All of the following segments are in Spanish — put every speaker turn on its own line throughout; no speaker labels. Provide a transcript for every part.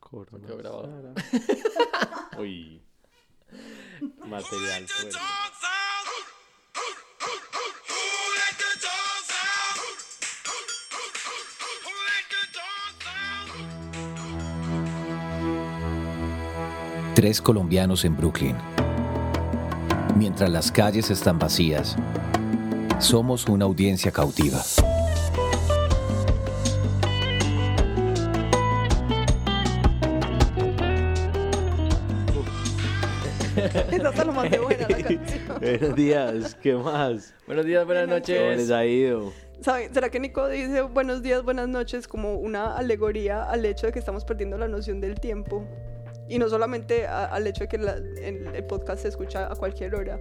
Corona
quedó grabado.
Sara. Uy. Material fuerte.
Tres colombianos en Brooklyn. Mientras las calles están vacías, somos una audiencia cautiva.
Esa es lo más de buena la canción.
Buenos días, ¿qué más?
Buenos días, buenas
¿Cómo les
noches.
ha ido?
¿Saben? ¿Será que Nico dice buenos días, buenas noches como una alegoría al hecho de que estamos perdiendo la noción del tiempo? Y no solamente a- al hecho de que la- el, el podcast se escucha a cualquier hora.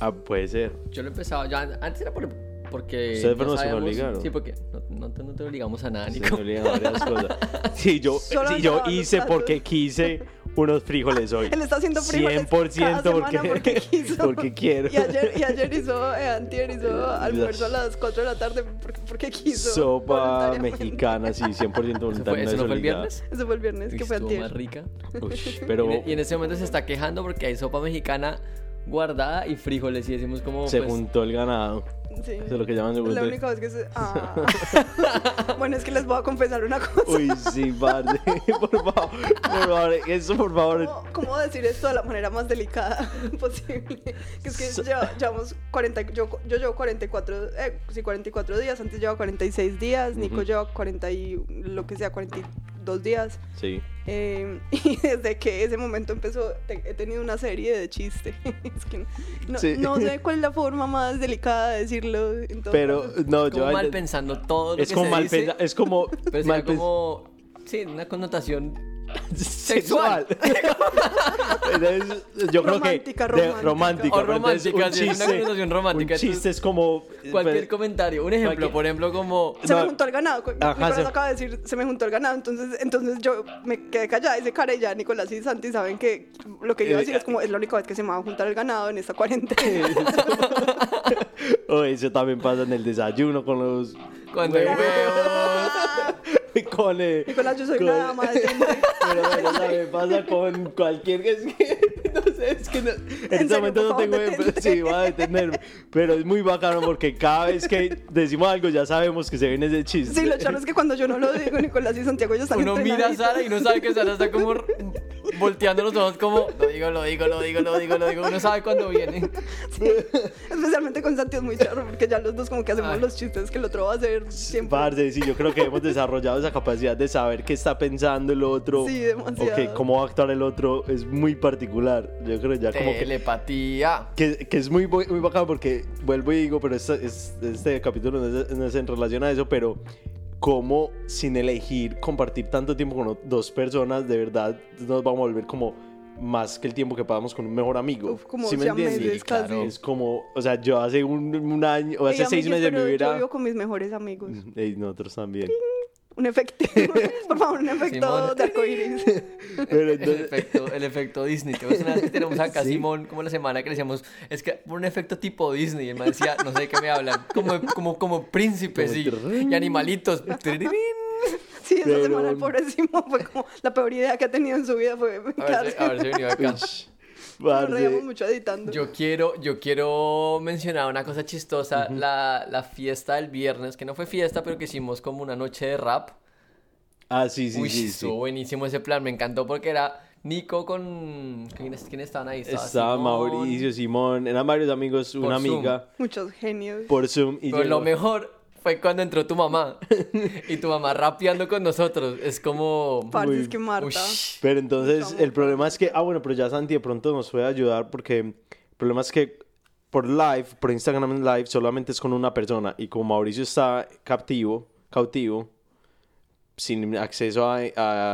Ah, puede ser.
Yo lo empezaba, ya antes era por, porque.
Ustedes
ya
fueron los que me
sabíamos-
obligaron.
Sí, porque no, no te, no te obligamos a nada,
Se
Nico.
me olvidan varias cosas. Sí, yo,
Solo
sí, yo
andaba
hice
buscando.
porque quise unos frijoles hoy.
Él está haciendo frijoles
100%
cada
porque,
semana porque quiso.
porque quiero.
Y ayer, y ayer hizo, eh, antier hizo almuerzo a las 4 de la tarde porque, porque quiso.
Sopa
voluntariamente.
mexicana, sí, 100%
¿Eso,
voluntaria.
fue, ¿eso no fue el viernes?
Eso fue el viernes,
Uy,
que fue
estuvo
antier.
más rica.
Ush, pero
Y en- Y en ese momento se está quejando porque hay sopa mexicana guardada y frijoles y decimos como
se
pues,
juntó el ganado.
Sí.
Eso es lo que llaman de
La
voluntario.
única vez que se... Ah. bueno, es que les voy a confesar una cosa.
Uy, sí, parce. por favor, por favor, eso por favor.
¿Cómo, cómo decir esto de la manera más delicada posible? Que es que
So-
lleva- llevamos 40, yo, yo llevo 44, eh, sí, 44 días, antes llevaba 46 días, Nico
Ujú.
lleva 40 y lo que sea, 42 días.
Sí.
eh, y desde que ese momento empezó, te- he tenido una serie de chiste. Es que no,
Sí.
no sé cuál es la forma más delicada de decirlo. en todo
Pero
caso.
no,
como
yo
mal pensando todo lo
es
que
como
se
mal
dice,
pensa- es como
Pero será
mal pens-
como sí, una connotación
sexual. Entonces, yo creo que
Romántica,
de-
romántica.
romántica,
O
pero entonces
romántica, sí, es una connotación romántica,
Un chiste es como pues,
cualquier comentario, un ejemplo,
cualquier-
por ejemplo como
se
No.
me juntó el ganado. cu-
Ajá,
Nicolás
se-
acaba de decir, se me juntó el ganado. Entonces, entonces yo me quedé callada y se cara y ya Nicolás y Santi saben que lo que
Eh,
yo iba a decir es como es la única vez que se me va a juntar el ganado en esta cuarentena.
O Oh, eso también pasa en el desayuno con los
cuando hay huevos,
con eh,
Nicolás, yo soy
con-
una dama decente.
Pero bueno, también pasa con cualquier es que no sé, es que no, en, este
serio,
momento
por
no
favor,
tengo
detente.
sí, voy a detenerme, pero es muy bacano porque cada vez que decimos algo ya sabemos que se viene ese chiste.
Sí, lo charro es que cuando yo no lo digo, Nicolás y Santiago ya están
eh, uno mira a
entrenaditos.
Sara y no sabe que Sara está como r- volteando los ojos como lo digo, lo digo, lo digo, lo digo, lo digo, uno sabe cuándo viene.
Especialmente con Santi es muy charro porque ya los dos como que hacemos
Ay.
los chistes que el otro va a hacer siempre.
Parce, sí, yo creo que hemos desarrollado esa capacidad de saber qué está pensando el otro.
Sí,
O
demasiado.
que cómo va a actuar el otro es muy particular. Yo creo ya como que,
Telepatía.
que, que es muy, bu- muy bacano porque vuelvo y digo, pero esta- es- este capítulo no es, no es en relación a eso, pero cómo sin elegir compartir tanto tiempo con o- dos personas, de verdad nos vamos a volver como más que el tiempo que pasamos con un mejor amigo.
Uf, como
¿Sí me
ya
entiendes?
meses
Sí, claro.
casi.
Es como, o sea, yo hace un, un año, o hace
Oigan,
seis
amiguis,
meses me
pero Yo
hubiera...
vivo con mis mejores amigos.
Mm.
Y nosotros también.
Un efecto, por favor, un efecto
Simón.
de arcoíris.
Pero
El
entonces,
efecto, el efecto Disney. Que vos una vez que tenemos acá a Simón, como la semana que le decíamos, es que un efecto tipo Disney. Y él me decía, no sé de qué me hablan, como, como, como príncipes y, y animalitos. Tirirín.
Sí, esa
Pero-
semana el pobre Simón fue como la peor idea que ha tenido en su vida fue
A ver, si- a ver si venía acá.
Ush,
Nos reíamos
parce,
mucho editando.
Yo quiero, yo quiero mencionar una cosa chistosa. la, la fiesta del viernes, que no fue fiesta, pero que hicimos como una noche de rap.
Ah, sí, sí,
Uy,
sí. sí.
estuvo buenísimo ese plan. Me encantó porque era Nico con. ¿Quiénes quiénes estaban ahí?
Estaba
Simón.
Mauricio, Simón, eran varios amigos, una
Zoom.
amiga
Muchos genios.
por Zoom. Y
Pero
llegó-
lo mejor fue cuando entró tu mamá. y tu mamá rapeando con nosotros. Es como.
Parce, es
Uy.
que Marta.
Ush.
Pero entonces el problema es que, ah, bueno, pero ya Santi de pronto nos puede ayudar porque el problema es que por live, por Instagram live, solamente es con una persona. Y como Mauricio está captivo, cautivo, sin acceso a,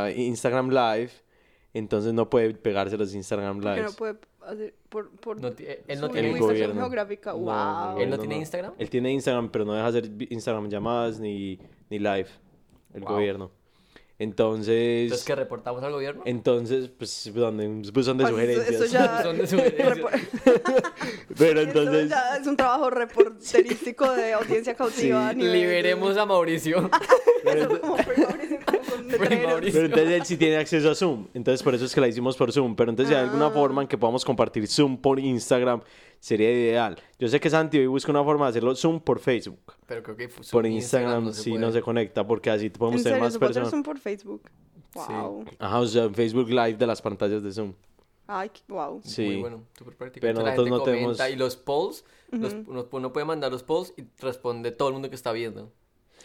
a Instagram live, entonces no puede pegarse los Instagram
Que
lives.
no puede hacer por, por
No ti- eh, él no
su
tiene
el
ubicación
gobierno.
geográfica.
No,
wow.
el
¿Él no
gobierno
tiene Instagram?
Él tiene Instagram, pero no deja hacer vi- Instagram llamadas ni, ni live. El
Wow.
gobierno. Entonces,
Entonces, que reportamos al gobierno?
entonces, pues, donde, pues son de
Parce, eso-
sugerencias.
Eso ya,
Son de sugerencias.
repor-
Pero
eso
entonces,
ya es un trabajo reporterístico de audiencia cautiva.
Sí.
a nivel-
Liberemos a Mauricio.
Eso como fue Mauricio, como con Te trajeron.
Mauricio.
Pero entonces él sí tiene acceso a Zoom. Entonces por eso es que la hicimos por Zoom. Pero entonces si hay
Ah.
alguna forma en que podamos compartir Zoom por Instagram, sería ideal. Yo sé que Santi hoy busca una forma de hacerlo Zoom por Facebook.
Pero creo que fue-
por Instagram,
se
sí
puede.
no se conecta porque así
¿En
podemos tener
serio?
más
¿Se puede hacer
personas.
Zoom por Facebook?
Sí.
Wow.
Ajá, o sea, en Facebook Live de las pantallas de Zoom.
Ay, qué- wow.
Sí.
Muy bueno, súper práctico.
Pero
Entonces,
nosotros no
la gente comenta
tenemos-
y los polls, los- uno, uno puede mandar los polls y responde todo el mundo que está viendo.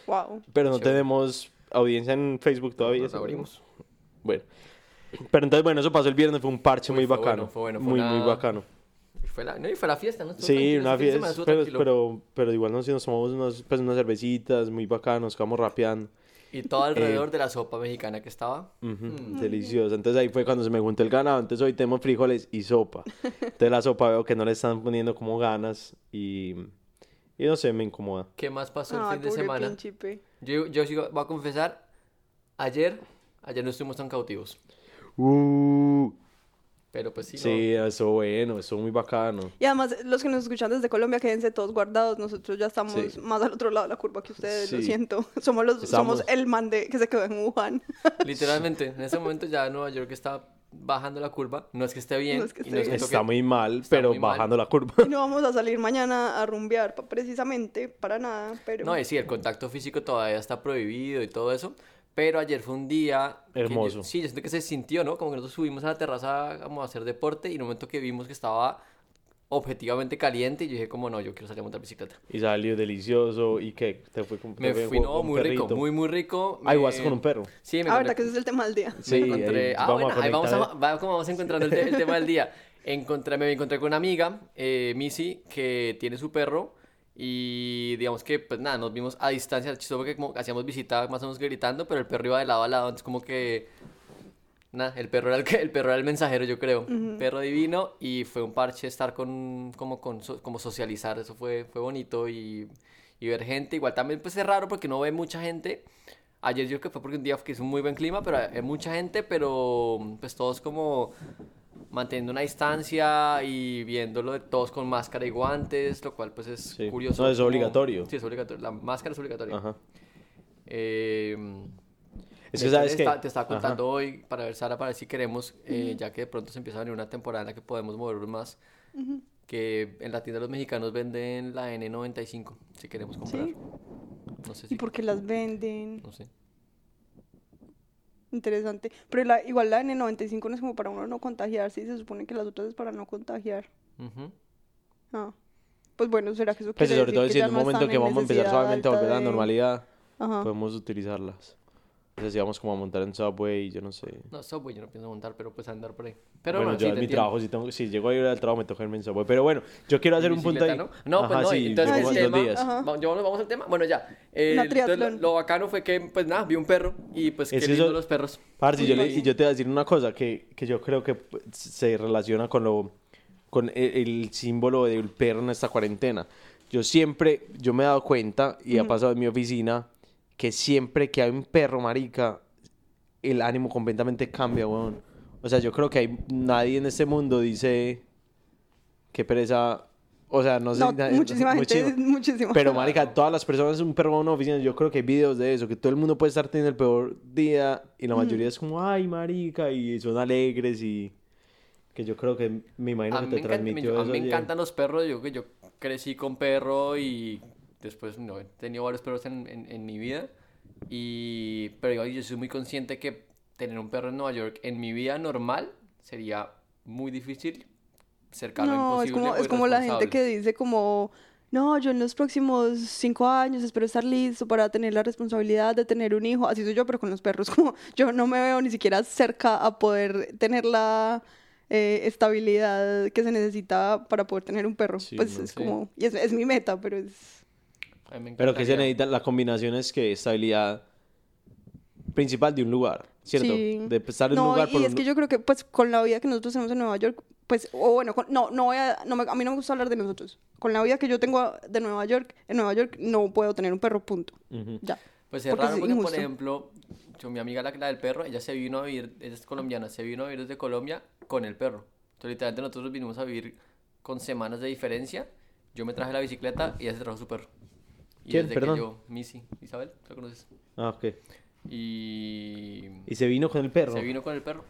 Wow.
Pero no
Chévere.
tenemos audiencia en Facebook todavía.
Nos
¿sí?
abrimos.
Bueno. Pero entonces, bueno, eso pasó el viernes, fue un parche
Uy,
muy
fue
bacano.
bueno, fue bueno, fue
muy,
una-
muy bacano.
Y fue la, no, y fue la fiesta, ¿no? Estuvo
Sí,
tranquilo,
una
ese fin de semana
fiesta,
estuvo
pero,
tranquilo.
pero, pero igual nos, nos tomamos unas, pues, unas cervecitas muy bacanas, nos quedamos rapeando.
Y todo alrededor de la sopa mexicana que estaba.
Eh,
Mm.
Ujú, Delicioso. Entonces ahí fue cuando se me juntó el ganado. Entonces hoy tenemos frijoles y sopa. Entonces la sopa veo que no le están poniendo como ganas y, y no sé, me incomoda.
¿Qué más pasó el
Ay,
fin de
pobre
semana?
pinche P.
Yo, yo sigo- voy a confesar, ayer, ayer no estuvimos tan cautivos.
Uh,
Pero pues sí, no.
sí, eso bueno, eso muy bacano.
Y además, los que nos escuchan desde Colombia, quédense todos guardados. Nosotros ya estamos
Sí.
más al otro lado de la curva que ustedes, lo
Sí.
siento. Somos los,
Estamos-
somos el man de- que se quedó en Wuhan.
literalmente, en ese momento ya Nueva York está bajando la curva. No es que esté bien.
No es que
y
esté bien.
siento
Está
que-
muy mal,
está
pero
muy mal.
bajando la curva.
Y no vamos a salir mañana a rumbear pa- precisamente para nada, pero...
No, es sí, el contacto físico todavía está prohibido y todo eso. Pero ayer fue un día... que yo-
Hermoso.
sí, yo siento que se sintió, ¿no? Como que nosotros subimos a la terraza como a hacer deporte y en un momento que vimos que estaba objetivamente caliente, yo dije como, no, yo quiero salir a montar bicicleta.
Y salió delicioso. ¿Y qué? Te fue con,
Me
te fue
fui,
con
no,
un
muy rico,
perrito.
muy, muy rico.
Ah,
me-
igual con un perro.
Sí, me
Ah, verdad
conecté-
que ese es el tema del día.
Sí,
me encontré.
ahí
ah,
vamos a
bueno, ahí vamos a,
conectar.
va- ¿cómo vamos encontrando el, te- el tema del día. Encontré, me encontré con una amiga, eh, Missy, que tiene su perro. Y digamos que, pues nada, nos vimos a distancia. Chistoso porque como hacíamos visita más o menos gritando, pero el perro iba de lado a lado. Entonces, como que. Nada, el perro era el, que- el perro era el mensajero, yo creo. Perro divino. Y fue un parche estar con. Como, con, so- como socializar. Eso fue, fue bonito. Y, y ver gente. Igual también, pues es raro porque no ve mucha gente. Ayer yo creo que fue porque un día que hizo un muy buen clima, pero hay mucha gente, pero pues todos como manteniendo una distancia y viéndolo de todos con máscara y guantes, lo cual pues es
Sí.
curioso.
No, es
como-
obligatorio.
Sí, es obligatorio. La máscara es obligatoria.
Ajá.
Eh,
Es que
de hecho,
sabes
le
que.
está- te estaba
Ajá.
contando hoy para ver, Sara, para ver si queremos, eh, ya que de pronto se empieza a venir una temporada en la que podemos movernos más, que en la tienda de los mexicanos venden la N95, si queremos comprar.
Sí.
No sé si...
¿Y por qué las venden?
No sé.
Interesante. Pero la, igual la N95 no es como para uno no contagiar, sí, se supone que las otras es para no contagiar.
Ujú.
Ah. Pues bueno, ¿será que eso
Pues
quiere
sobre todo
decir
si
que ya
en un
no
momento
están
que
en
vamos a empezar
necesidad
suavemente a
alta
volver a la
de-
normalidad,
Ajá.
podemos utilizarlas. O sea, si vamos como a montar en Subway, yo no sé.
No, Subway yo no pienso montar, pero pues andar por ahí. Pero
bueno,
bueno,
yo
sí,
en
te
mi
entiendo.
trabajo, si, tengo, si llego a ir al trabajo, me toca irme en Subway. Pero bueno, yo quiero hacer un punto ahí.
Bicicleta, No, No, pues
Ajá,
no,
sí,
entonces
llevo
el
dos
tema,
días.
Ajá.
va- ya vamos al tema. Bueno, ya. Eh,
Una
entonces, lo,
triatlón.
lo bacano fue que, pues nada, vi un perro y pues
Es
qué
que
lindo
eso-
los perros.
Parce, yo, le-
Sí.
y yo te voy a decir una cosa que, que yo creo que pues, se relaciona con lo con el, el símbolo del perro en esta cuarentena. Yo siempre, yo me he dado cuenta y ha pasado en mi oficina que siempre que hay un perro marica, el ánimo completamente cambia, weón. O sea, yo creo que hay nadie en este mundo dice que pereza, o sea, no sé,
No,
nadie-
muchísima gente,
muchísimo.
muchísima.
eh, Pero, marica, todas las personas, un perro va a una oficina, yo creo que hay videos de eso, que todo el mundo puede estar teniendo el peor día y la mayoría es como, ay, marica, y son alegres y... Que yo creo que me imagino
A
que
mí
te
me, encanta- me-
transmitió
yo- a mí
eso
me
ayer.
encantan los perros, yo que yo crecí con perro y después no, he tenido varios perros en, en- en mi vida. Y, pero yo, yo soy muy consciente que tener un perro en Nueva York en mi vida normal sería muy difícil, cercano a
No, es
imposible
como,
pues, o
es como la gente
irresponsable.
que dice como, no, yo en los próximos cinco años espero estar listo para tener la responsabilidad de tener un hijo. Así soy yo, pero con los perros, como yo no me veo ni siquiera cerca a poder tener la eh, estabilidad que se necesita para poder tener un perro.
Sí,
Pues
no
es
sé.
como, y es, es mi meta, pero es...
A mí me
Pero que se
encantaría.
necesita, la combinación es que estabilidad principal de un lugar, ¿cierto?
Sí.
De estar en
No,
un lugar
y
por
es
un-
que yo creo que pues con la vida que nosotros tenemos en Nueva York, pues, o bueno, con- no, no voy a, no me- a mí no me gusta hablar de nosotros. Con la vida que yo tengo de Nueva York, en Nueva York no puedo tener un perro, punto.
Ujú.
Ya.
Pues es
Porque
raro
es
porque, por
injusto.
ejemplo, yo, mi amiga la, la del perro, ella se vino a vivir, ella es colombiana, se vino a vivir desde Colombia con el perro. Entonces, literalmente nosotros vinimos a vivir con semanas de diferencia. Yo me traje la bicicleta y ella se trajo su perro. Y
¿Quién?
desde que
Perdón.
yo, Missy, Isabel, ¿la conoces?
Ah, ok.
y
Y se vino con el perro.
se vino con el perro.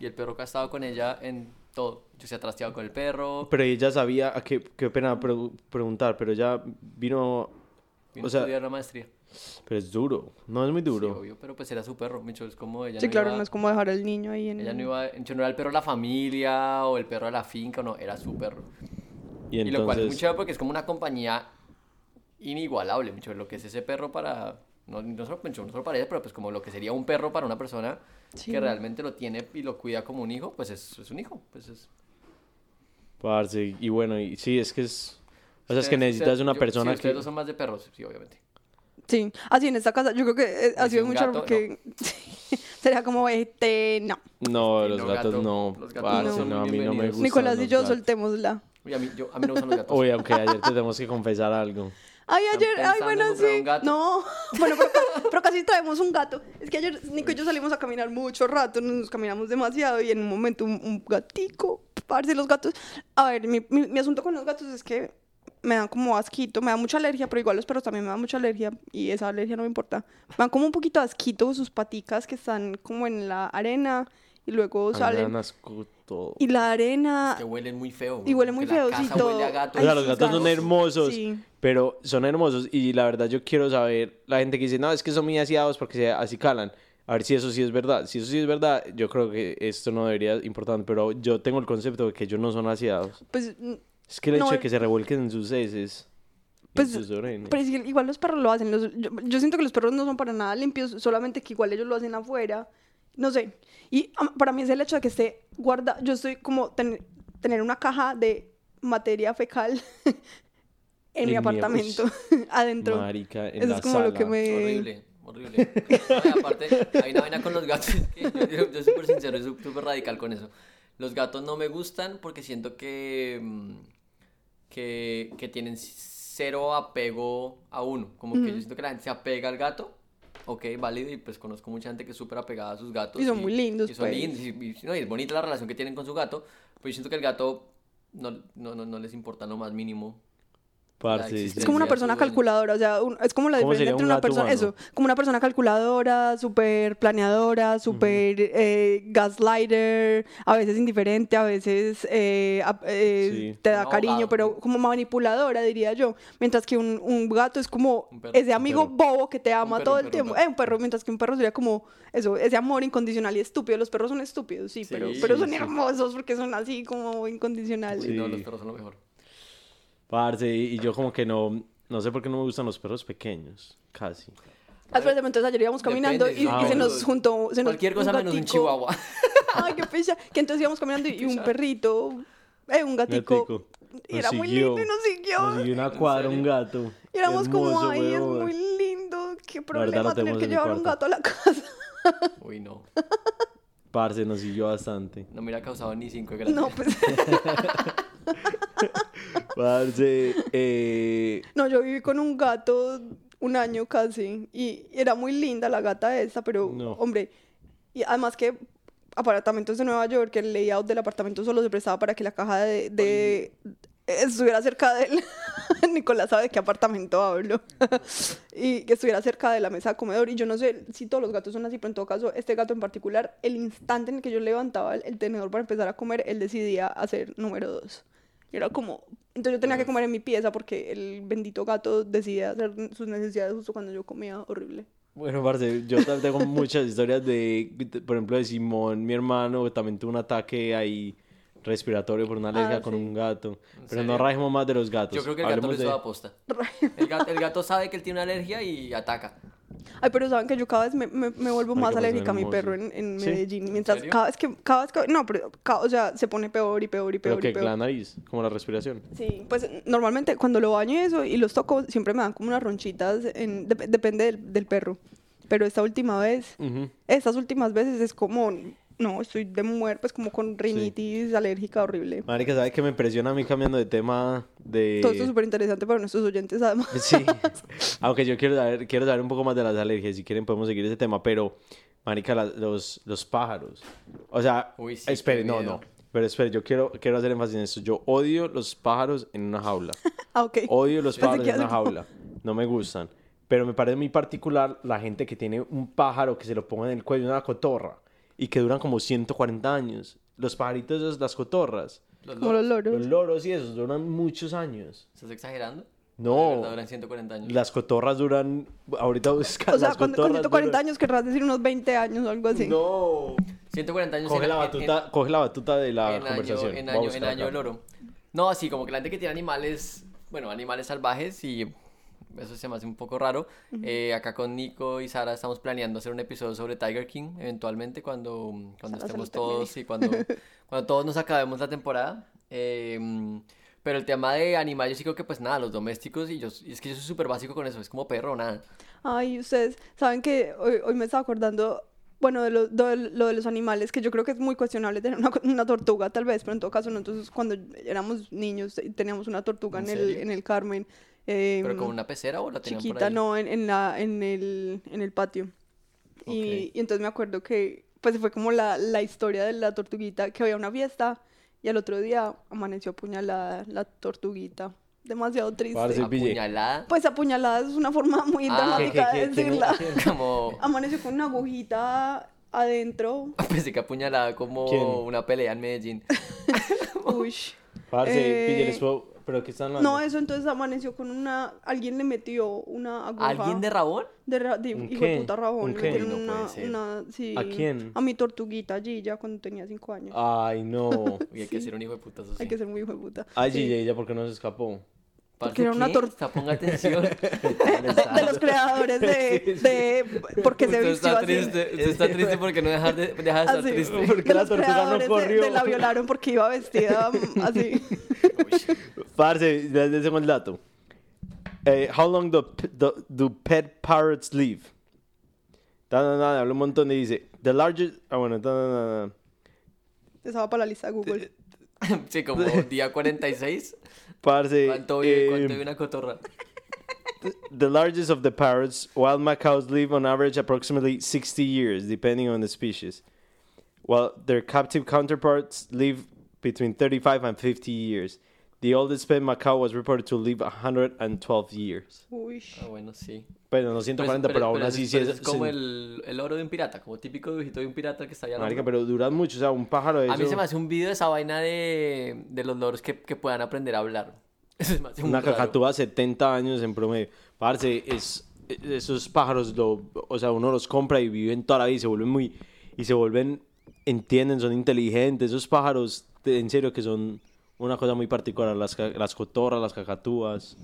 Y el perro que ha estado con ella en todo. Yo se ha trasteado con el perro.
Pero ella sabía, a qué, qué pena pre- preguntar, pero ella vino...
Vino
o sea,
a estudiar la maestría.
pero es duro, no es muy
Sí,
duro.
obvio, pero pues era su perro, Micho, es como ella
Sí,
no
claro,
iba-
no es como dejar al niño ahí en...
Ella no iba, yo no era el perro de la familia o el perro de la finca, no, era su perro.
y
Y,
entonces...
lo cual es muy chévere porque es como una compañía inigualable, mucho lo que es ese perro para, no, no, solo, mucho, no solo para ella, pero pues como lo que sería un perro para una persona
Sí.
que realmente lo tiene y lo cuida como un hijo, pues es, es un hijo. Pues es,
Parce, y bueno, y sí, es que es... O sea, es que
Ustedes-
necesitas
ustedes-
una
yo-
persona
sí, ustedes
que...
dos son más de perros, sí, obviamente.
Sí, así en esta casa, yo creo que eh, ha
Y si
sido
Pues
mucho
un gato,
porque sería como este, no.
No,
Sí,
los
no,
gatos
gato.
no.
Los gatos
parce,
son
no, a
muy
mí no me
bienvenidos.
gusta.
Nicolás y yo soltémosla.
Uy, a mí, yo, a mí no me gustan los gatos.
Oye, aunque ayer te tenemos que confesar algo.
Ay,
¿Están
ayer, ay,
pensando en
bueno,
comprar
sí.
un gato?
No, bueno, pero, ca- pero casi traemos un gato. Es que ayer Nico y yo salimos a caminar mucho rato, nos caminamos demasiado y en un momento un, un gatico, parce, los gatos. A ver, mi, mi- mi asunto con los gatos es que me dan como asquito, me da mucha alergia, pero igual los perros también me dan mucha alergia y esa alergia no me importa. Me dan como un poquito asquito sus paticas que están como en la arena y luego
A mí me
salen.
dan asco todo.
Y la arena.
Que huelen muy feo.
Y
güey,
huele
como
muy
que la
feo, sí,
casa
todo.
huele a gato.
O sea,
Ay,
los
sí,
gatos son
gatos.
hermosos,
Sí.
pero son hermosos y la verdad yo quiero saber, la gente que dice, no, es que son muy aseados porque se acicalan, a ver si eso sí es verdad. Si eso sí es verdad, yo creo que esto no debería importante, pero yo tengo el concepto de que ellos no son aseados.
Pues
Es que el
No,
hecho de
el-
que se revuelquen en sus heces,
Pues,
en sus orejas.
Pero es que igual los perros lo hacen. los- yo, yo siento que los perros no son para nada limpios, solamente que igual ellos lo hacen afuera. No sé. Y am, para mí es el hecho de que esté guarda. Yo estoy como ten- tener una caja de materia fecal en mi
En mi-
apartamento, adentro.
Marica, en
Eso
la
es como
sala.
lo que me.
Horrible, horrible. No, y aparte, hay una vaina con los gatos. que yo, yo- yo súper sincero, soy súper radical con eso. Los gatos no me gustan porque siento que, mm, que, que tienen cero apego a uno. Como que yo siento que la gente se apega al gato. Ok, válido, y pues conozco mucha gente que es súper apegada a sus gatos.
Y son muy lindos,
Y son
pues.
lindos, y, y- no, y es bonita la relación que tienen con su gato. Pero yo siento que el gato no, no, no, no les importa lo más mínimo.
Parce,
la
sí,
existencia.
Es como una
Sí,
persona
sí, bueno.
calculadora, o sea, un- es como la
¿Cómo
diferencia
sería
entre
un
una
gato
persona,
humano?
eso, como una persona calculadora, súper planeadora, súper eh, gaslighter, a veces indiferente, a veces eh, a- eh,
Sí.
te da
Un
cariño,
abogado.
pero como manipuladora, diría yo, mientras que un, un gato es como
Un perro,
ese amigo
perro.
bobo que te ama
perro,
todo
un
el
perro, un
tiempo,
perro.
Eh, un perro, mientras que un perro sería como eso, ese amor incondicional y estúpido, los perros son estúpidos, sí,
Sí,
pero, pero son
sí.
hermosos porque son así como incondicionales.
Uy, no,
Sí.
los perros son lo mejor.
Parce, y y yo como que no, no sé por qué no me gustan los perros pequeños, casi.
Ah, espérate, entonces ayer íbamos caminando
Depende,
y,
ah,
y se
bueno.
nos juntó. Se nos-
Cualquier cosa menos un
gatico.
chihuahua.
Ay, qué picha. Que entonces íbamos caminando y un perrito, eh, un gatico.
Gatico.
Y
Nos
era muy
siguió.
lindo y nos siguió.
Nos siguió una cuadra, un
serio?
gato.
Y éramos como,
Hermoso,
ay, es
huevón.
muy lindo. Qué
lo
problema tener
tenemos
que
en mi
llevar un
cuarto.
gato a la casa.
Uy, no.
Parce, nos siguió bastante.
No me hubiera causado ni cinco gracias.
No, pues.
Parce, eh,
No, yo viví con un gato un año casi y era muy linda la gata esa, pero
No.
hombre, y además que apartamentos de Nueva York, el layout del apartamento solo se prestaba para que la caja de, de- estuviera cerca de él. Nicolás sabe de qué apartamento hablo. y que estuviera cerca de la mesa de comedor. Y yo no sé si todos los gatos son así, pero en todo caso, este gato en particular, el instante en el que yo levantaba el, el tenedor para empezar a comer, él decidía hacer número dos. Y era como... Entonces yo tenía que comer en mi pieza porque el bendito gato decidía hacer sus necesidades justo cuando yo comía horrible.
bueno, parce, yo también tengo muchas historias de, de- por ejemplo, de Simón, mi hermano, que también tuvo un ataque ahí respiratorio por una alergia con
Ah, sí.
un gato. Pero
serio?
no rajemos más de los gatos.
Yo creo que el gato lo
Hablemos
hizo
de-
a posta. El gato, el gato sabe que él tiene una alergia y ataca.
Ay, pero saben que yo cada vez me, me- me
Marica,
vuelvo más
pues,
alérgica a mi
hermoso.
perro en, en
Sí.
Medellín. Mientras
serio?
cada vez que, cada vez que, no, pero, ca- o sea, se pone peor y peor y peor
Pero que
y peor.
la nariz, como la respiración.
Sí, pues normalmente cuando lo baño y eso y los toco, siempre me dan como unas ronchitas, en, dep- depende del, del perro. Pero esta última vez,
Ujú.
estas últimas veces es como, no, estoy de muerte, pues como con rinitis alérgica horrible.
Marica, ¿sabes que me impresiona a mí cambiando de tema de...
Todo esto es súper interesante para nuestros oyentes, además.
Sí. Aunque yo quiero saber, quiero saber un poco más de las alergias. Si quieren, podemos seguir ese tema. Pero, marica, la- los, los pájaros. O sea,
Uy, sí,
espere,
qué
no,
miedo.
no. Pero espere, yo quiero, quiero hacer énfasis en esto. Yo odio los pájaros en una jaula.
Ah, ok.
Odio los
Pensé
pájaros
que
en una
algo-
jaula. No me gustan. Pero me parece muy particular la gente que tiene un pájaro que se lo ponga en el cuello, una cotorra, y que duran como 140 años. Los pajaritos, esos, las cotorras,
Los
Como los
loros.
loros.
los loros y esos duran muchos años.
¿Estás exagerando? De
No,
verdad, duran 140 años.
las cotorras duran. Ahorita buscan
O sea,
las
con, con
cotorras
140
duran-
años querrás decir unos 20 años o algo así.
No.
140 años
Coge
en-
la
en- en-
batuta, coge la batuta de la
en año,
conversación.
en
Voy a
año, en
buscar
año
acá.
el oro. No, así como que la gente que tiene animales, bueno, animales salvajes y eso se me hace un poco raro. Eh, acá con Nico y Sara estamos planeando hacer un episodio sobre Tiger King eventualmente cuando,
Sara
cuando
se
estemos
lo termine.
todos y cuando, cuando todos nos acabemos la temporada. Eh, pero el tema de animales, yo sí creo que pues nada, los domésticos y yo, y es que yo soy súper básico con eso, es como perro, nada.
Ay, ustedes saben que hoy, hoy me estaba acordando, bueno, de lo, de lo de los animales, que yo creo que es muy cuestionable tener una, una tortuga, tal vez, pero en todo caso, no. Entonces, cuando éramos niños, eh, teníamos una tortuga
¿En
en, el,
serio?
en el Carmen. eh,
Pero con una pecera o la tenían por
chiquita,
ahí?
no, en, en la, en, el, en el patio. Y,
Ok.
y entonces me acuerdo que, pues fue como la, la historia de la tortuguita, que había una fiesta y al otro día amaneció apuñalada la tortuguita. Demasiado triste.
Parce, Sí, pille.
Apuñalada.
Pues apuñalada es una forma muy
Ah,
¿Qué-
dramática
qué-
de
qué- qué-
decirla.
quién-
Como...
Amaneció con una agujita adentro.
Pensé que apuñalada como
¿Quién?
una pelea en Medellín.
Uy.
Parce,
Eh,
pille, les puedo- ¿Pero qué están hablando?
No, eso entonces amaneció con una. Alguien le metió una aguja.
¿Alguien de Rabón?
De, ra- de
¿Un
hijo de
qué?
puta
¿Un
rabón.
qué?
Le metieron
No puede
una,
ser.
una- sí.
¿A quién? Ah,
A mi tortuguita allí ya cuando tenía cinco años.
Ay, no.
Uy, hay que ser un hijo de puta, eso
Hay
sí.
que ser muy hijo de puta.
Ay,
Sí.
Ah, Gigi, ella, ¿por qué no se escapó?
Parce,
Porque era una
¿qué?
tor-
Está, ponga atención.
De los creadores de, de por qué se
usted
vistió
está
así. Ah,
triste, usted está triste porque no dejar de, deja de estar
Así.
triste.
¿Por qué
De
la
los
tortuga no
creadores de-
corrió?
de la violaron porque iba vestida mm, así.
Parce, les les tengo el dato. Eh, how long do, p- do, do pet parrots live? Da, da, da, habla un montón y dice, the largest... Ah, bueno, da, da, da, da.
Estaba para la lista de Google.
Sí, como día 46.
Parce,
¿Cuánto vive,
eh,
cuánto vive una cotorra?
the largest of the parrots, wild macaws live on average approximately 60 years, depending on the species, while their captive counterparts live between 35 and 50 years. The oldest pet macaw was reported to live 112 years.
Uy.
Ah, bueno, sí.
Pero no 140, pero, aún así
es,
sí
pero
es...
es como
sí.
el, el oro de un pirata, como típico dibujito de un pirata que está allá. al
Marica,
hombro.
pero duran mucho, o sea, un pájaro de
A mí
eso-
se me hace un video de esa vaina de, de los loros que, que puedan aprender a hablar. Eso se me hace muy
Una
raro.
cacatúa 70 años en promedio. Parce, es, esos pájaros, lo, o sea, uno los compra y viven toda la vida y se vuelven muy... Y se vuelven, entienden, son inteligentes. Esos pájaros, te- en serio, que son una cosa muy particular. Las, ca- las cotorras, las cacatúas.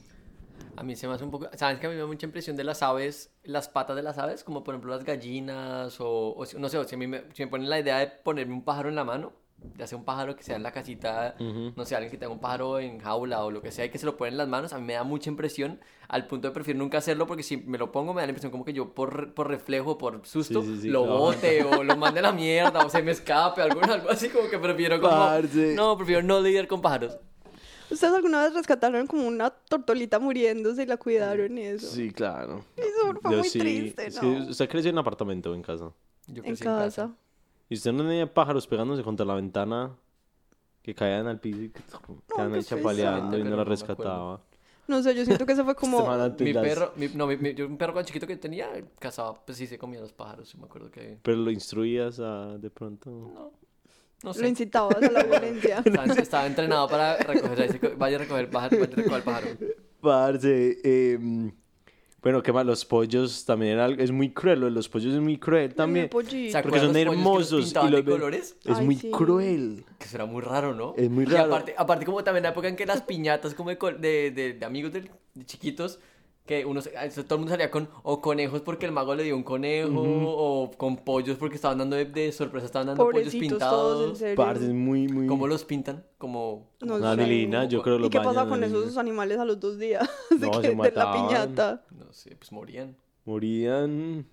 A mí se me hace un poco... ¿Sabes que a mí me da mucha impresión de las aves, las patas de las aves? Como por ejemplo las gallinas o... o si- no sé, o si, a mí me, si me ponen la idea de ponerme un pájaro en la mano, ya sea un pájaro que sea en la casita, no sé, alguien que tenga un pájaro en jaula o lo que sea y que se lo ponen en las manos, a mí me da mucha impresión al punto de prefiero nunca hacerlo porque si me lo pongo me da la impresión como que yo por, por reflejo, por susto,
Sí, sí, sí,
lo
claro.
bote o lo mande a la mierda o se me escape, algo, algo así como que prefiero como...
Parce.
No, prefiero no lidiar con pájaros.
¿Ustedes alguna vez rescataron como una tortolita muriéndose y la cuidaron y eso?
Sí, claro.
Eso fue
Yo
muy
sí-
triste,
es
¿no?
que ¿Usted creció en apartamento o en casa?
Yo
en
crecí
casa.
¿Y usted no tenía pájaros pegándose contra la ventana? Que caían al piso y quedaban
qué
ahí
pesar.
chapaleando y
Pero
no
no
la
me
rescataba.
acuerdo.
No sé, yo siento que eso fue como...
Este man antes
Mi
las-
perro, mi- no, mi- mi- yo un perro cuando chiquito que tenía, cazaba, pues sí se comía los pájaros, yo me acuerdo que...
Pero lo instruías a, de pronto.
No, no
Lo
sé.
incitabas a la violencia.
Estaba, estaba entrenado para recoger, ahí se co- vaya a recoger el pájaro, vaya a recoger el pájaro.
Parce, em, bueno, qué más, los pollos también era algo- es muy cruel, lo de los pollos es muy cruel también.
El pollito.
¿Se acuerdan
Porque son
los pollos que los
hermosos y
pintaban
los
de
ve-
colores?
Es
pues, Ay,
muy
sí.
cruel.
Que será muy raro, ¿no?
Es muy
Y
raro.
aparte, aparte como también la época en que las piñatas como de, col- de, de- de amigos del- de chiquitos, que unos, todo el mundo salía con o conejos porque el mago le dio un conejo, o con pollos porque estaban dando de, de sorpresa, estaban dando pollos
Pobrecitos
pintados.
todos, en serio.
Parce, es muy, muy.
¿Cómo los pintan? Como...
No
No,
sé.
Anilina, yo creo que
¿Y
los
qué pasa
bañan,
con
Anilina.
esos animales a los dos días? de,
No,
que-
se
de la
mataban.
piñata.
No sé, pues morían.
Morían.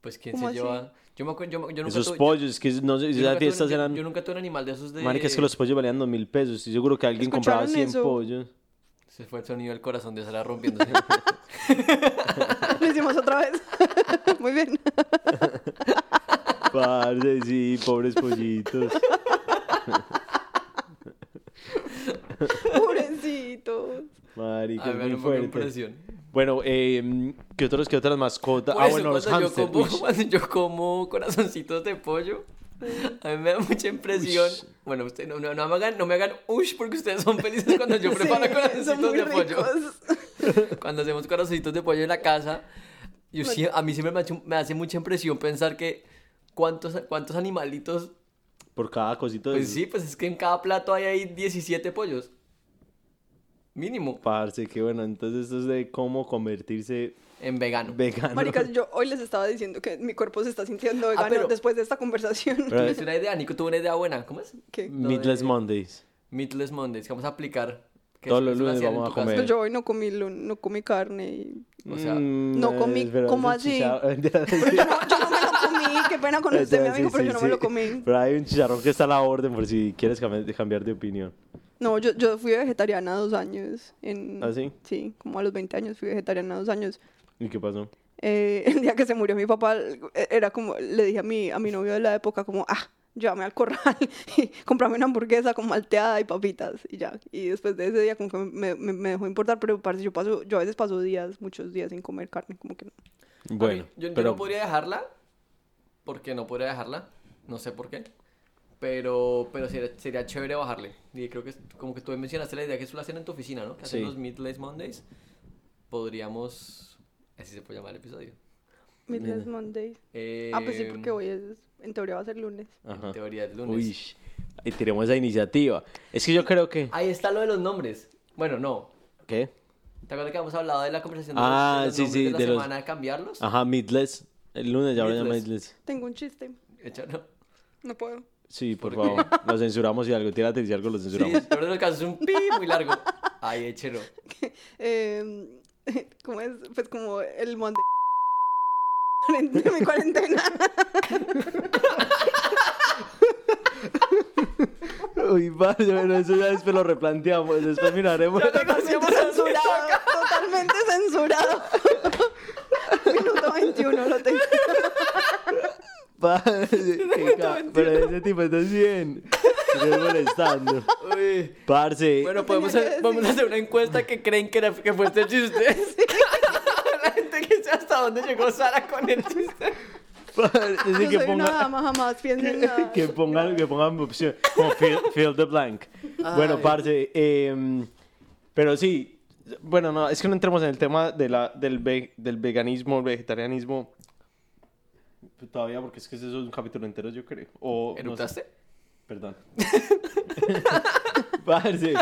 Pues quién
¿Cómo
se
así?
lleva. Yo me acuerdo, yo, yo nunca
Esos
tuve-
pollos, es que no sé,
yo- yo
esas
nunca tuve-
fiestas
yo-
eran.
Yo nunca tuve un animal de esos de.
Marica, es que los pollos valían dos mil pesos. Estoy seguro que alguien compraba
¿Escucharon
100
eso?
pollos.
Se fue el sonido del corazón de Sara rompiéndose.
Lo hicimos otra vez. Muy bien.
Parce, sí, pobres pollitos.
Pobrecitos.
Marica,
A
es
ver,
muy
un poco de
fuerte.
impresión.
Bueno, eh, ¿qué, otros, ¿qué otras mascotas?
Por
Ah,
eso,
bueno, los
cuando
hamsters.
Yo como, cuando yo como corazoncitos de pollo, a mí me da mucha impresión.
Ush.
Bueno, ustedes no, no, no me hagan, no me hagan ush porque ustedes son felices cuando yo preparo
son
corazoncitos
muy
de pollo.
ricos.
Cuando hacemos corazoncitos de pollo en la casa, yo sí- a mí siempre me, ha hecho- me hace mucha impresión pensar que cuántos, cuántos animalitos.
Por cada cosito de
Pues sí, pues es que en cada plato hay ahí 17 pollos. Mínimo.
Parce, qué bueno. Entonces, esto es de cómo convertirse
En vegano.
vegano.
Maricas, yo hoy les estaba diciendo que mi cuerpo se está sintiendo vegano
Ah, pero-
después de esta conversación.
Pero- eh,
Es una idea, Nico tuvo una idea buena. ¿Cómo es?
¿Qué?
Meatless
de-
Mondays.
Meatless Mondays, que vamos a aplicar. que
Todos
eso-
los
eso lo
lunes
hacían en
vamos
tu
a
casa.
comer.
Pues yo hoy no comí, lun- no comí carne. y-
O sea,
Mm,
no comí-
es verdad,
¿cómo
es
así?
chicharrón.
Yo no, yo no me lo comí, qué pena con usted, mi
Sí,
amigo, pero
sí,
yo no me
sí.
lo comí.
Pero hay un chicharrón que está a la orden por si quieres cam- cambiar de opinión.
No, yo, yo fui vegetariana dos años. En,
¿Ah, sí?
Sí, como a los 20 años fui vegetariana dos años.
¿Y qué pasó?
Eh, el día que se murió mi papá, eh, era como, le dije a mi, a mi novio de la época, como, ah, llévame al corral y comprame una hamburguesa con malteada y papitas y ya. Y después de ese día como que me, me- me dejó importar, pero parce, yo, paso, yo a veces paso días, muchos días sin comer carne, como que no.
Bueno,
a mí- yo, yo
pero
no podría dejarla, porque no podría dejarla, no sé por qué, pero, pero sería, sería chévere bajarle. Y creo que es- como que tú mencionaste la idea que eso lo hacen en tu oficina, ¿no? Que hacen
Sí.
los Midless Mondays. Podríamos, así se puede llamar el episodio.
Midless
Nena.
Monday. Ah, pues sí, porque
Em,
hoy es, en teoría va a ser lunes.
Ajá.
En teoría es lunes.
Uy, y tiremos esa iniciativa. Es que yo creo que...
Ahí está lo de los nombres. Bueno, no.
¿Qué?
¿Te acuerdas que habíamos hablado de la conversación de
Ah,
los, de los
sí, sí,
nombres de la
de los- Ah.
semana de cambiarlos?
Ajá, Midless. El lunes ya lo llama
Meatless.
Midless.
Tengo un chiste,
Échalo.
no puedo.
Sí, por,
¿Por qué?
favor. Lo censuramos y algo. Tírate y si algo lo
Sí,
censuramos.
pero en el caso es un pi muy largo. Ay, échelo.
Eh, ¿Cómo es? Pues como el Monday. De mi cuarentena.
Uy, vale, bueno, eso ya después lo replanteamos. Después miraremos.
Totalmente censurado. Totalmente censurado. Minuto 21 lo tengo.
Parce, qué ca- Pero ese tipo está bien. Estoy molestando.
Uy.
Parce.
Bueno, podemos
que
hacer,
decir.
vamos a hacer una encuesta que creen que, era- que fue este chiste. La gente que sabe hasta dónde llegó Sara con el chiste.
parce,
ah, Yo
dice que
soy una
ponga.
dama, jamás pienso en nada.
Que pongan, que pongan opción. Como fill, fill the blank. Bueno, parce. em, pero sí. Bueno, no, es que no entremos en el tema de la, del, ve- del veganismo, el vegetarianismo. Todavía, porque es que ese es un capítulo entero, yo creo. O, no sé.
¿Eruptaste?
Perdón. Parce.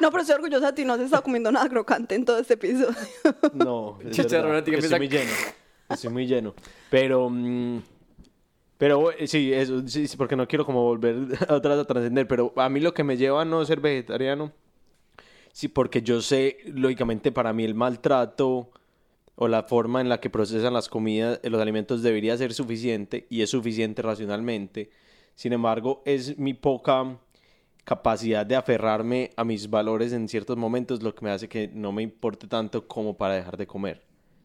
No, pero estoy orgullosa de ti, no has estado comiendo nada crocante en todo este episodio.
No. es
Chicharrón,
verdad,
tío,
Estoy
piensa-
muy lleno. Estoy muy lleno. Pero. mm, pero eh, sí, eso, sí, sí, porque no quiero como volver otra vez a trascender. Pero a mí lo que me lleva a no ser vegetariano. Sí, porque yo sé, lógicamente, para mí el maltrato o la forma en la que procesan las comidas, eh, los alimentos debería ser suficiente y es suficiente racionalmente. Sin embargo, es mi poca capacidad de aferrarme a mis valores en ciertos momentos lo que me hace que no me importe tanto como para dejar de comer.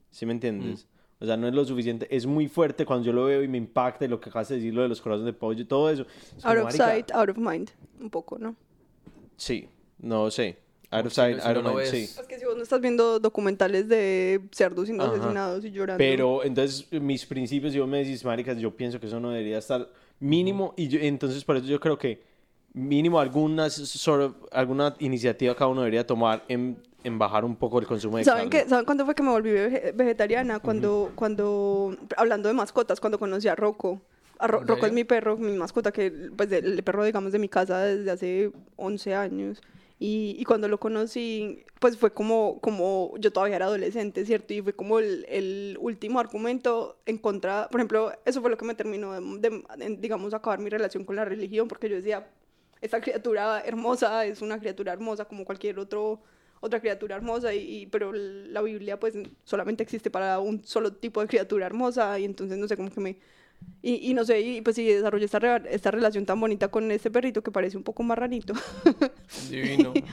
¿Sí me entiendes?
Mm.
O sea, no es lo suficiente. Es muy fuerte cuando yo lo veo y me impacta y lo que acabas de decir, lo de los corazones de pollo y todo eso. Es
Out
como,
of
"Marica,
sight, out of mind. Un poco, ¿no?
Sí, no sé. Out of
si no-
sight,
si
out
no
of
lo
mind, sí.
ves.
Es que si vos no estás viendo documentales de cerdos siendo
Ajá.
asesinados y llorando.
Pero entonces mis principios, si vos me decís, maricas, yo pienso que eso no debería estar mínimo y yo- entonces por eso yo creo que mínimo algunas sort of- alguna iniciativa cada uno debería tomar en, en bajar un poco el consumo de
¿Saben,
carne.
qué? ¿Saben cuándo fue que me volví vege- vegetariana? Cuando, cuando, hablando de mascotas, cuando conocí a Rocco. A Ro-
¿En
Rocco es
serio?
mi perro, mi mascota, que pues el, el perro, digamos, de mi casa desde hace 11 años. Y, y cuando lo conocí, pues fue como, como, yo todavía era adolescente, ¿cierto? Y fue como el, el último argumento en contra, por ejemplo, eso fue lo que me terminó de, de- en, digamos, acabar mi relación con la religión, porque yo decía, esta criatura hermosa es una criatura hermosa como cualquier otro otra criatura hermosa y, y- pero la Biblia pues solamente existe para un solo tipo de criatura hermosa y entonces no sé cómo que me y, y no sé y pues sí desarrollé esta, re- esta relación tan bonita con este perrito que parece un poco marranito
Divino. ¿Qué,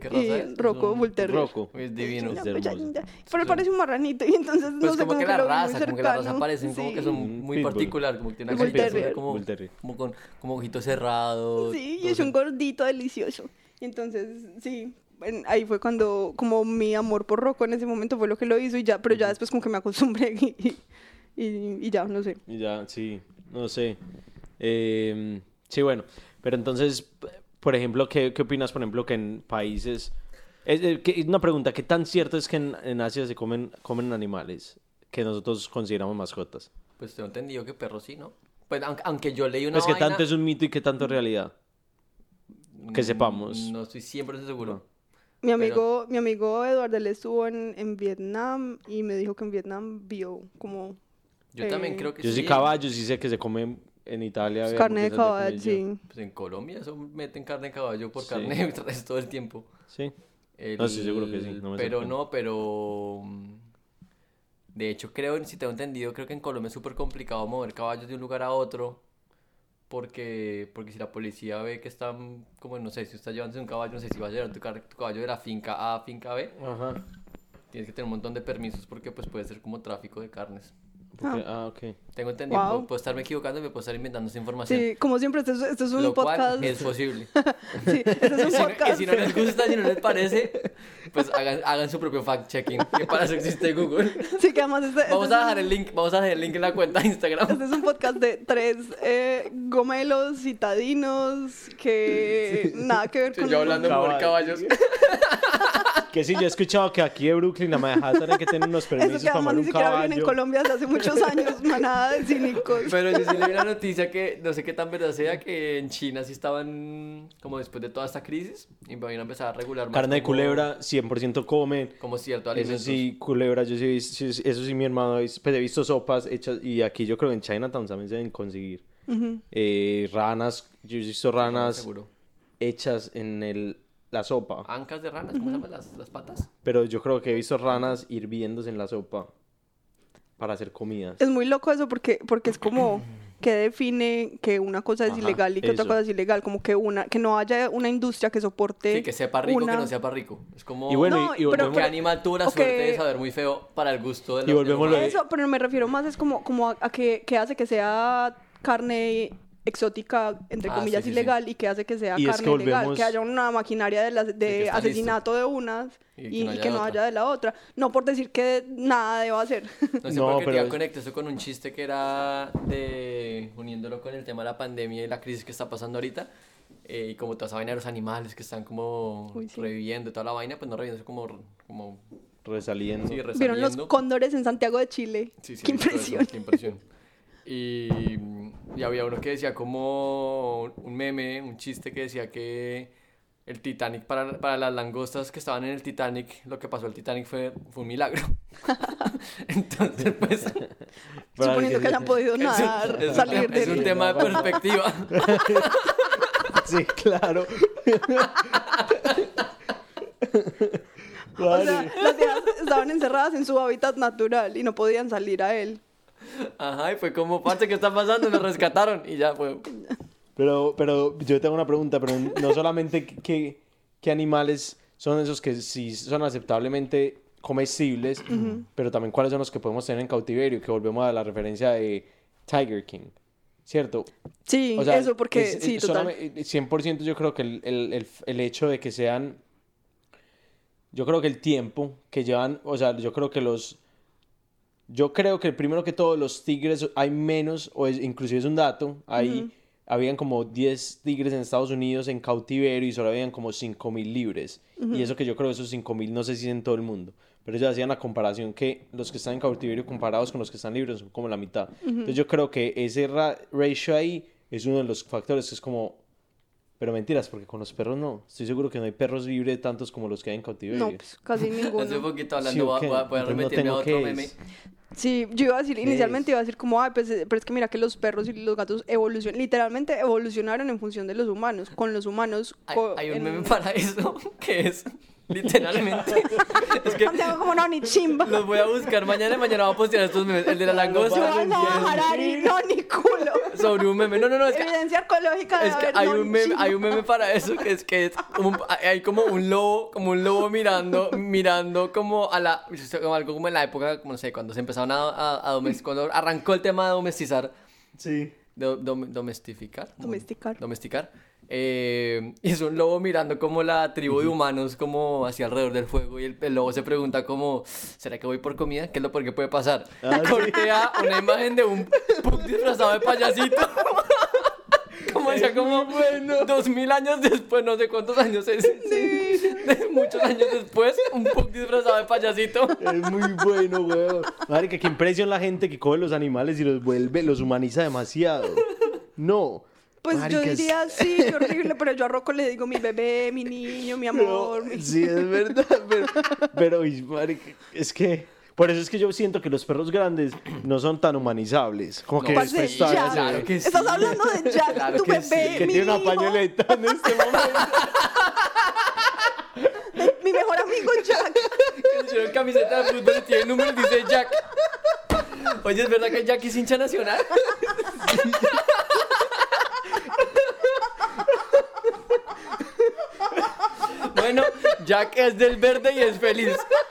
qué raza
y
es?
Rocco
Es un-
Bull Terrier.
Rocco.
Uy, Es divino.
Una
Es hermoso.
bella linda. pero parece un marranito y entonces no
Pues
sé
como
cómo
que la
lo vi muy
raza, como que la raza
cercano.
parecen como que
Sí.
son muy
Pitbull.
particular, como que tienen
Bull
carita,
Terrier.
como,
Bull Terrier.
como con como ojitos cerrados.
Sí, y
todo
es
ese-
un gordito delicioso. Y entonces, sí, en- ahí fue cuando, como mi amor por Rocco en ese momento fue lo que lo hizo, y ya, pero ya después como que me acostumbré y, y- y ya, no sé.
Y Ya, sí, no sé. Em, sí, bueno, pero entonces, p- por ejemplo, ¿qué, qué opinas, por ejemplo, que en países... Es, eh, que- una pregunta, ¿qué tan cierto es que en, en Asia se comen, comen animales que nosotros consideramos mascotas?
Pues tengo entendido que perro sí, ¿no? Pues aunque, aunque yo leí una
pues, ¿qué
vaina,
tanto es un mito y qué tanto es realidad? que
mm,
sepamos.
No estoy 100% seguro.
Mi
Pero-
amigo, mi amigo Eduardo, él estuvo en, en Vietnam y me dijo que en Vietnam vio como
Yo también
Eh,
creo que
Yo sí
sí.
caballos, sí sé que se comen en Italia. había
Pues carne de
hamburguesas
caballo,
camello.
eh, sí.
Pues en Colombia eso meten carne de caballo por
Sí.
carne de res todo el tiempo.
Sí.
El-
No, estoy seguro que Ah, sí, no me
pero
sorprende.
no, pero... mm, De hecho, creo, si tengo entendido, creo que en Colombia es súper complicado mover caballos de un lugar a otro. Porque, porque si la policía ve que están, como no sé, si está llevándose un caballo, no sé si va a llevar tu, car- tu caballo de la finca A a finca B,
Ajá.
tienes que tener un montón de permisos porque pues puede ser como tráfico de carnes.
Porque- ah, ok.
Tengo entendido,
Wow.
puedo, puedo estarme equivocando y me puedo estar inventando esta información.
Sí, como siempre, esto es, esto es un
lo
podcast.
cual es posible.
Sí, esto es
Y
un
si no-
podcast.
Y si no les gusta, si no les parece, pues hagan, hagan su propio fact-checking, que para eso existe Google.
Sí, que además este, este
Vamos
es
a
un-
dejar el link, vamos a dejar el link en la cuenta de Instagram.
Este es un podcast de tres eh, gomelos citadinos que nada que ver con...
Yo hablando de mover caballos.
Caballos. Que sí, yo he escuchado que aquí de Brooklyn a Manhattan tienen que tener unos
Eso
permisos
que
para
además
amar
ni
un
siquiera viven en
caballo.
Colombia desde hace muchos años, manada de cínicos.
Pero yo sí leí una noticia que no sé qué tan verdad sea que en China sí estaban como después de toda esta crisis y van a empezar a regular más
Carne de
como-
culebra, 100% comen.
como cierto alimento.
Eso sí, culebra, yo sí, he visto- sí, sí, eso sí, mi hermano, ha visto- pues he visto sopas hechas, y aquí yo creo que en Chinatown también se deben conseguir. Eh, ranas, yo he visto ranas
seguro.
hechas en el, la sopa,
Ancas de ranas, ¿cómo se llaman las, las patas?
pero yo creo que he visto ranas hirviéndose en la sopa para hacer comidas.
Es muy loco eso porque, porque es como que define que una cosa es
Ajá,
ilegal y que otra
eso.
cosa es ilegal, como que una que no haya una industria que soporte
Sí, que sepa rico,
una-
que no sepa rico. Es como
Y bueno,
No,
y, y
pero-
volvemos-
Porque Animal tuvo la
Ok.
suerte de saber muy feo para el gusto de
Y
los
volvemos a lo de-
Eso, pero me refiero más es como, como a, a que, que hace que sea carne exótica, entre
Ah,
comillas,
sí, sí, sí.
ilegal y que hace que sea
Y es
carne
que
ilegal,
volvemos-
que haya una maquinaria de, las- de
está
asesinato de unas
Y
y,
que
y
no haya
que
de
no
otra.
haya de la otra. No por decir que nada deba hacer.
No sé
No,
por qué
pero
te
es-
conecté eso con un chiste que era de uniéndolo con el tema de la pandemia y la crisis que está pasando ahorita. eh, y como toda esa vaina de los animales que están como
Uy, sí.
reviviendo y toda la vaina, pues no reviviendo, es como, como
resaliendo.
sí,
Vieron los
resaliendo.
cóndores en Santiago de Chile.
Sí, sí,
Qué
he visto eso,
impresión.
qué impresión. Y, y había uno que decía como un meme, un chiste que decía que el Titanic, para, para las langostas que estaban en el Titanic, lo que pasó al Titanic fue, fue un milagro. Entonces, pues...
Para
Suponiendo
que-
que hayan podido nadar,
es un-
salir
es
del-
un tema de perspectiva.
Sí, claro.
O sea, las viejas estaban encerradas en su hábitat natural y no podían salir a él.
Ajá, y fue como, parte ¿qué está pasando? Nos rescataron y ya fue.
Pero, pero yo tengo una pregunta, pero no solamente qué- qué, qué animales son esos que sí son aceptablemente comestibles, pero también cuáles son los que podemos tener en cautiverio, que volvemos a la referencia de Tiger King, ¿cierto?
Sí,
O sea,
eso porque
es-
sí,
es
total.
solamente- eh, 100% yo creo que el, el- el- el hecho de que sean... Yo creo que el tiempo que llevan, o sea, yo creo que los... Yo creo que primero que todo los tigres hay menos, o es- inclusive es un dato, hay, habían como 10 tigres en Estados Unidos en cautiverio y solo habían como 5 mil libres. Y eso que yo creo, esos 5 mil no sé si es en todo el mundo, pero ellos hacían la comparación que los que están en cautiverio comparados con los que están libres son como la mitad. Entonces yo creo que ese ra- ratio ahí es uno de los factores que es como... Pero mentiras, porque con los perros no. Estoy seguro que no hay perros libres tantos como los que hay en cautiverio.
No, pues, casi
Hace
ninguno.
un poquito hablando,
Sí, ¿o
voy, a-
qué?
voy a, voy a
Entonces no
remeterme a
tengo
otro
qué
meme.
es.
Sí, yo iba a decir, inicialmente
es?
iba a decir como, ay, pues, eh, pero es que mira que los perros y los gatos evolucionan, literalmente evolucionaron en función de los humanos, con los humanos.
Hay,
co-
hay
en-
un meme para eso que es literalmente. es que
Santiago como no, ni chimba.
los voy a buscar mañana y mañana voy a postear estos memes. El de la
Yo
langosta
no voy a
sobre-
bajar y no, ni culo.
sobre un meme. No, no, no, es que,
Evidencia arqueológica de
es que
haber,
hay,
no,
un
ni
meme,
chimba.
hay un meme para eso que es que es como un- hay como un lobo, como un lobo mirando, mirando como a la como algo como en la época, como no sé, cuando se empezaron a, a, a domest- cuando arrancó el tema de domestizar.
Sí.
Do- dom- domestificar.
Domesticar.
Domesticar. Eh, y es un lobo mirando como la tribu de humanos como hacia alrededor del fuego y el, el lobo se pregunta como, ¿será que voy por comida? ¿Qué es lo por qué puede pasar?
Ah, sí.
Cortea una imagen de un pug disfrazado de payasito. como decía, como dos mil años después, no sé cuántos años es. De muchos años después, un pug disfrazado de payasito.
Es muy bueno, weón. Marica, qué impresión la gente que coge los animales y los vuelve, los humaniza demasiado. No.
Pues yo
Marica, es-
diría, sí, qué horrible, pero yo a Rocco le digo mi bebé, mi niño, mi amor. mi-
Sí, es verdad, pero, pero, y, marica, es que... Por eso es que yo siento que los perros grandes no son tan humanizables. Como que
Parce,
después
Jack.
está-
Claro que sí.
Estás hablando de Jack,
Claro
tu
que
bebé,
sí.
que
mi
tiene una
hijo,
pañoleta en este momento.
mi mejor amigo Jack.
Hicieron camiseta de fútbol, tiene el número y dice Jack. Oye, ¿es verdad que Jack es hincha nacional? Bueno, Jack es del verde y es feliz.